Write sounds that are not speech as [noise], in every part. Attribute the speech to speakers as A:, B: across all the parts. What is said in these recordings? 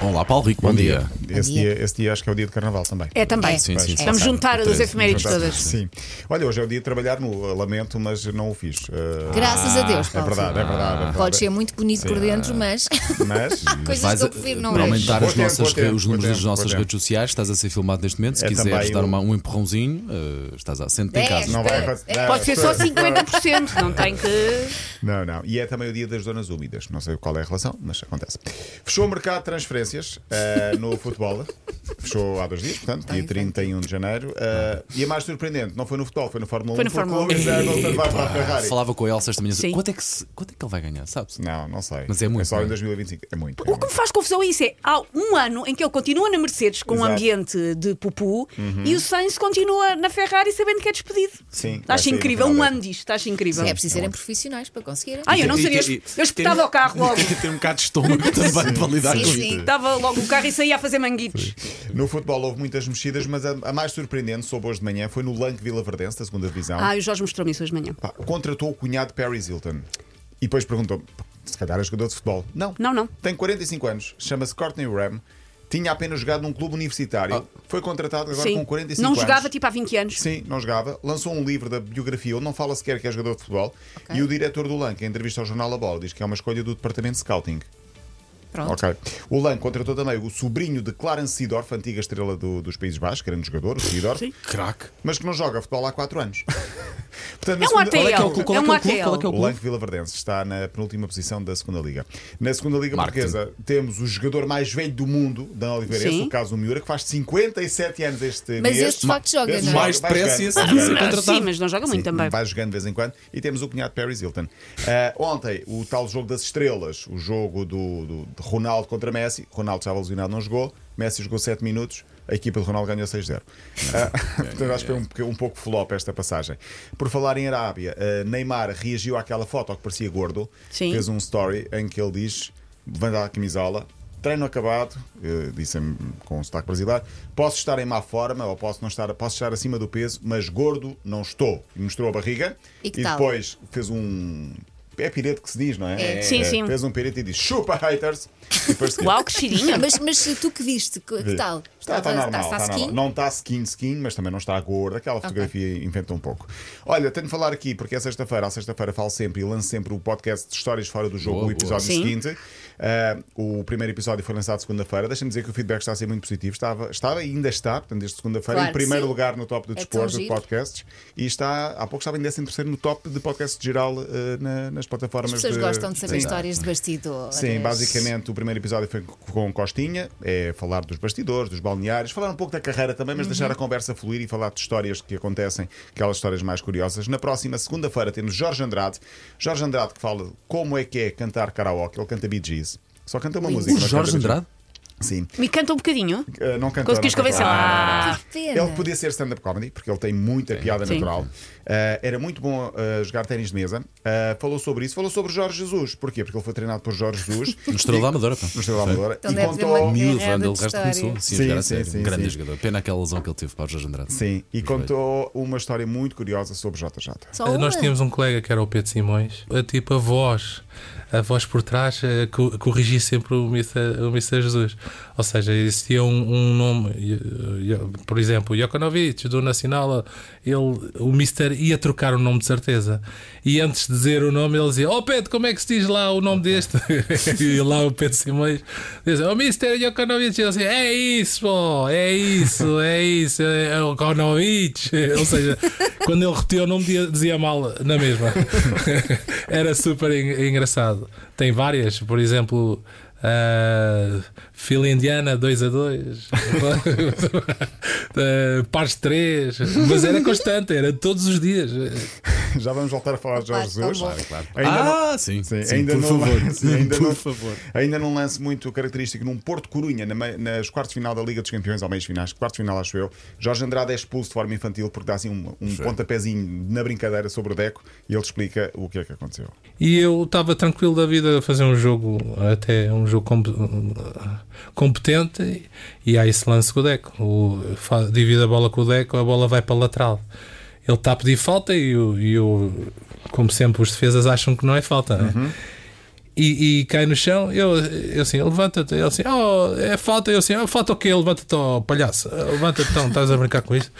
A: Olá, Paulo Rico, bom, dia.
B: Esse dia. esse dia acho que é o dia de carnaval também.
C: É também.
A: Sim, sim, sim.
C: Vamos
A: Sim.
C: juntar as
A: Sim.
C: efemérides
B: Portanto,
C: todas.
B: Sim. Olha, hoje é o dia de trabalhar no lamento, mas não o fiz. Eh,
D: Graças a Deus,
B: é
D: Paulo.
B: verdade, é verdade, é verdade.
D: Pode ser muito bonito por dentro, mas [laughs]
B: Mas
D: coisas
A: Vais
D: que
A: a-
D: eu prefiro não é?
A: para
D: vejo.
A: aumentar
B: Boa
A: as
B: tempo,
A: nossas,
B: boa tempo,
A: os números
B: boa
A: das
B: tempo,
A: nossas
B: boa
A: redes sociais, estás a ser filmado neste momento. Se
B: É
A: quiseres
B: também
A: dar
B: o-
A: uma- um empurrãozinho, eh, estás assente em
D: Dez,
A: casa.
B: não vai
D: Espera,
A: É,
B: acontecer.
C: É. Pode ser só 50%, não tem que.
B: Não, não. E é também o dia das zonas úmidas. Não sei qual é a relação, mas acontece. Fechou o mercado de transferências eh, no futebol. Fechou há dois dias, portanto, dia 31 de janeiro. Eh, e a mais surpreendente, não foi no futebol, foi no Fórmula 1.
C: Foi no
B: porque
C: Fórmula
B: o Lewis Hamilton vai para a
A: Ah,
B: Ferrari.
A: Falava com ele esta manhã.
C: Sim.
A: Quanto é, que se- quanto é que ele vai ganhar, sabes?
B: Não, não sei.
A: Mas é muito,
B: só
A: não é?
B: em 2025. É muito. é
C: O que
B: muito.
C: me faz confusão é isso: é há um ano em que ele continua na Mercedes com um
B: Exato.
C: ambiente de pupu
A: Uhum.
C: e o Sainz continua na Ferrari sabendo que é despedido.
B: Sim, vai
C: Acho
B: sair no
C: incrível,
B: final da-
C: um ano disto, acho incrível.
D: É preciso serem profissionais para conseguirem.
C: Ah, eu não
A: E-
C: sabia.
A: e-
C: Eu espetava
A: tem-
C: o
A: [laughs]
C: carro logo.
A: Tem um bocado de estômago também para
B: tá,
A: lidar
D: Sim,
A: com
D: sim.
A: isto.
C: Estava logo o carro e saía a fazer manguitos.
B: No futebol houve muitas mexidas, mas a, a mais surpreendente, soube hoje de manhã, foi no Lanque Vila Verdense, da segunda Divisão.
C: Ah, o Jorge mostrou-me isso hoje de manhã.
B: Pá, contratou o cunhado de Paris Hilton. E depois perguntou se calhar é jogador de futebol. Não.
C: Não, não.
B: Tem 45 anos, chama-se Courtney Ram, tinha apenas jogado num clube universitário, foi contratado agora
C: Ah. Sim.
B: com 45
C: não
B: anos.
C: jogava tipo há 20 anos.
B: Sim, não jogava. Lançou um livro da biografia onde não fala sequer que é jogador de futebol. E o diretor do LAN, que em entrevista ao jornal A Bola, diz que é uma escolha do departamento de scouting.
D: Pronto.
B: Ok. O LAN contratou também o sobrinho de Clarence Seedorf, antiga estrela do- dos Países Baixos, grande jogador, o Seedorf,
A: Crack.
B: mas que não joga futebol há 4
C: [laughs]
B: anos. Portanto, na
C: É um
B: segunda-
C: ATL.
A: é que é o clube? Qual
C: É
A: é
C: um
A: que é o clube? Qual é que é
C: ATL.
A: o
B: o Lanque Vila Verdense está na penúltima posição da segunda Liga. Na segunda Liga
A: Marketing.
B: Portuguesa temos o jogador mais velho do mundo, Dan Oliveirense,
C: Sim.
B: o caso Miura, que faz 57 anos este
D: Mas
B: mês.
D: esse de facto joga,
B: Esse
D: não é?
B: joga,
A: Mais
B: vai
A: depressa
B: jogando.
A: esse devia ser
C: Sim,
A: contratado.
C: mas não joga muito
B: Sim,
C: também.
B: Vai jogando de vez em quando. E temos o cunhado de Paris Hilton. Ah, ontem, o tal jogo das estrelas, o jogo do, do- de Ronaldo contra Messi. Ronaldo estava lesionado, não jogou. Messi jogou 7 minutos. A equipa de Ronaldo ganhou 6-0. Ah, [laughs] portanto, acho que foi um, boca- um pouco flop esta passagem. Por falar em Arábia, ah, Neymar reagiu àquela foto ao que parecia gordo.
C: Sim.
B: Fez um story em que ele diz: levanta a camisola. Treino acabado, eh, disse-me com um sotaque brasileiro. Posso estar em má forma ou posso, não estar, posso estar acima do peso, mas gordo não estou. E mostrou a barriga
D: E que tal?
B: depois fez um. É pirete que se diz, não é?
D: É.
C: Sim, sim.
B: Fez um pirete e diz: chupa haters. E
D: [laughs]
B: depois seguiu.
C: Uau,
A: [laughs]
C: que cheirinho.
D: Mas, mas tu que viste, que, que tal?
B: Está, está Tá,
D: Estava- tá
B: normal,
D: está-se à
B: está normal.
D: skin?
B: Não está skin skin, mas também não está gorda. Aquela fotografia inventa um pouco. Olha, tenho de falar aqui, porque é sexta-feira. À sexta-feira falo sempre e lanço sempre o podcast de Histórias Fora do Jogo,
A: Boa,
B: o
A: boa.
B: episódio
C: Sim.
B: seguinte. Ah, o primeiro episódio foi lançado segunda-feira. Deixa-me dizer que o feedback está a ser muito positivo. Estava, estava e ainda está, portanto, desde segunda-feira,
D: Claro
B: em
D: que
B: primeiro
D: sim.
B: lugar no top do
D: É tão
B: desporto, de
D: giro.
B: podcasts. E está, há pouco estava em 13 terceiro no top de podcast geral ah, na- nas plataformas
D: As pessoas
B: de-
D: gostam de saber
B: Sim.
D: histórias de bastidores.
B: Sim, basicamente o primeiro episódio foi com Costinha, é falar dos bastidores, dos balneários, falar um pouco da carreira também, mas deixar a conversa fluir e falar de histórias que acontecem, aquelas histórias mais curiosas. Na próxima segunda-feira temos Jorge Andrade. Jorge Andrade que fala como é que é cantar karaoke, ele canta Bee Gees. Só canta uma música.
A: O
B: não
A: Jorge
B: canta Bee Gees.
A: Andrade?
B: Sim.
C: Me canta um bocadinho.
B: Eh, não canta.
C: Conseguiste
B: não canta.
C: convencê-la. Ah,
D: Que pena.
B: Ele podia ser stand-up comedy, porque ele tem muita piada
C: Sim.
B: natural. Ah, era muito bom ah, jogar ténis de mesa. Ah, falou sobre isso. Falou sobre Jorge Jesus. Porquê? Porque ele foi treinado por Jorge Jesus.
A: No Estrela da Amadora, pá.
B: No Estrela da Amadora.
D: Então
B: e
D: deve haver
B: contou.
D: uma-
A: Miúdo,
D: Guerra
A: onde ele
D: de
A: resto
D: história.
A: começou. Sim,
B: Sim,
A: a jogar a
B: sim,
A: sério.
B: sim,
A: Um grande
B: sim.
A: jogador. Pena aquela lesão que ele teve para o Jorge Andrade.
B: Sim, e
A: Mas
B: contou uma história muito curiosa sobre JJ.
D: Só
E: Eh,
D: uma?
E: Nós tínhamos um colega que era o Pedro Simões, eh, tipo a voz, a voz por trás, eh, co- corrigia sempre o Mr. o Mr. Jesus. Ou seja, existia um, um nome, eh, eh, por exemplo, Jokonovic do Nacional, ele, o Mr. ia trocar o nome de certeza. E antes de dizer o nome, ele dizia: Oh Pedro, como é que se diz lá o nome deste? [laughs] e lá o Pedro Simões dizia: Oh Mr. Jokonovic, ele dizia: É isso, pô, é isso, é isso, é o Jokonovic. [laughs] Ou seja, quando ele repetia o nome, dizia- dizia mal na mesma. [laughs] Era super en- engraçado. Tem várias, por exemplo. ah, Fila Indiana 2 a [laughs] 2 Pares 3 Mas era constante, era todos os dias
B: [laughs] Já vamos voltar a falar de Jorge
D: Claro,
B: Jesus.
D: tá bom.
B: Ainda não-
A: Ah, sim.
B: Sim,
A: Sim,
B: ainda
A: por
B: não-
A: favor.
B: [laughs] sim, ainda
A: por
B: não-
A: favor.
B: Ainda num lance muito característico, num Porto Corunha, na mei- nas quartas de final da Liga dos Campeões, ou meias finais, quartos de final acho eu, Jorge Andrade é expulso de forma infantil porque dá assim um, um pontapézinho na brincadeira sobre o Deco e ele explica o que é que aconteceu.
E: E eu estava tranquilo da vida a fazer um jogo, até um jogo com- competente, e há esse lance com o Deco. O, fa- divide a bola com o Deco, a bola vai para a lateral. Ele está a pedir falta e, o- e o- como sempre, os defesas acham que não é falta. né? e, e cai no chão. Eu, eu assim, levanta-te. Ele assim, oh, é falta. Eu assim, oh, falta o quê? Levanta-te, oh, palhaço. Levanta-te, então, estás a brincar com isso.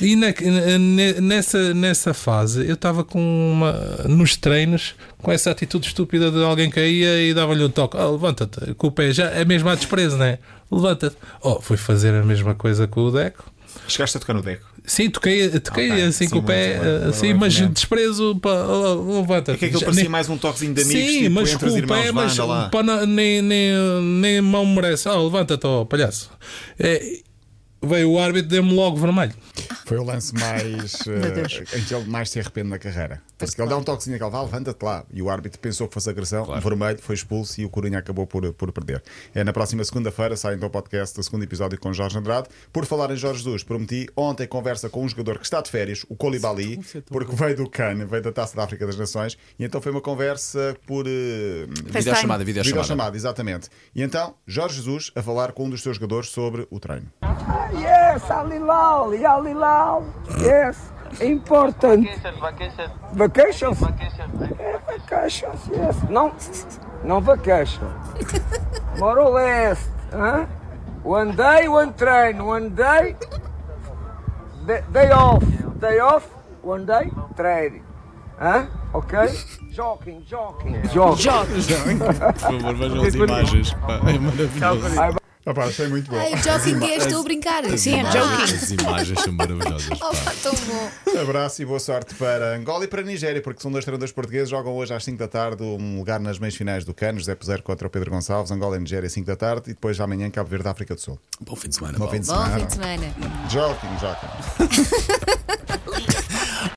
E: E na- ne- nessa, nessa fase, eu estava com uma, nos treinos com essa atitude estúpida de alguém caía e dava-lhe um toque. Oh, levanta-te. Com o pé já, é mesmo à desprezo, não é? Levanta-te. Oh, fui fazer a mesma coisa com o Deco.
B: Chegaste a tocar no deco.
E: Sim, toquei, toquei
B: Ok,
E: assim
B: sim,
E: com o pé,
B: mas agora-
E: assim,
B: agora
E: mas
B: compreendo.
E: desprezo, pá, levanta.
B: É que aquilo
E: Já-
B: parecia
E: nem-
B: mais um toquezinho de amigos,
E: Sim,
B: tipo,
E: mas
B: entre os
E: com o
B: irmãos,
E: pé,
B: vá,
E: mas
B: anda lá.
E: pá, não- nem, nem, nem mão merece. Oh, levanta-te, ó, palhaço. É, veio o árbitro, deu-me logo vermelho.
B: Foi o lance mais. eh, em que ele mais se arrepende na carreira. Porque ele dá um toquezinho naquele, vá, levanta-te lá. E o árbitro pensou que fosse agressão, vermelho, foi expulso e o Corinha acabou por, por perder. É, na próxima segunda-feira sai então o podcast, o segundo episódio com Jorge Andrade. Por falar em Jorge Jesus, prometi ontem conversa com um jogador que está de férias, o Colibali, porque veio do CAN, veio da Taça da África das Nações. E então foi uma conversa por. eh,
A: Vídeo chamada, vídeo
B: Vídeo
A: chamada.
B: chamada, exatamente. E então, Jorge Jesus a falar com um dos seus jogadores sobre o treino.
F: Yes, Alilal, Alilal. Yes, important.
G: Vacation, vacation,
F: Vacations? É,
G: vacation.
F: Vacations, yes. Não, não vacation. More or less. Huh? One day, one train. One day, da- day off. Day off, one day, training. Huh? Okay? Jogging, jogging, jogging.
A: Por favor, vejam as imagens. Pá, é maravilhoso.
B: Opa, Ah, achei muito bom.
D: Ai, o Joking é estou a brincar.
C: Sim, é joking.
A: As imagens são maravilhosas.
D: Oh,
A: Pá.
D: pá, tão bom.
B: Abraço e boa sorte para Angola e para a Nigéria, porque são dois treinadores portugueses. Jogam hoje às 5 da tarde um lugar nas meias finais do Cano, José Puseiro contra o Pedro Gonçalves, Angola e Nigéria, 5 da tarde, e depois amanhã Cabo Verde, África do Sul.
A: Bom fim de semana.
B: Bom
A: Paulo.
B: fim de
D: Bom
B: semana.
D: fim de semana.
B: Joking, joking.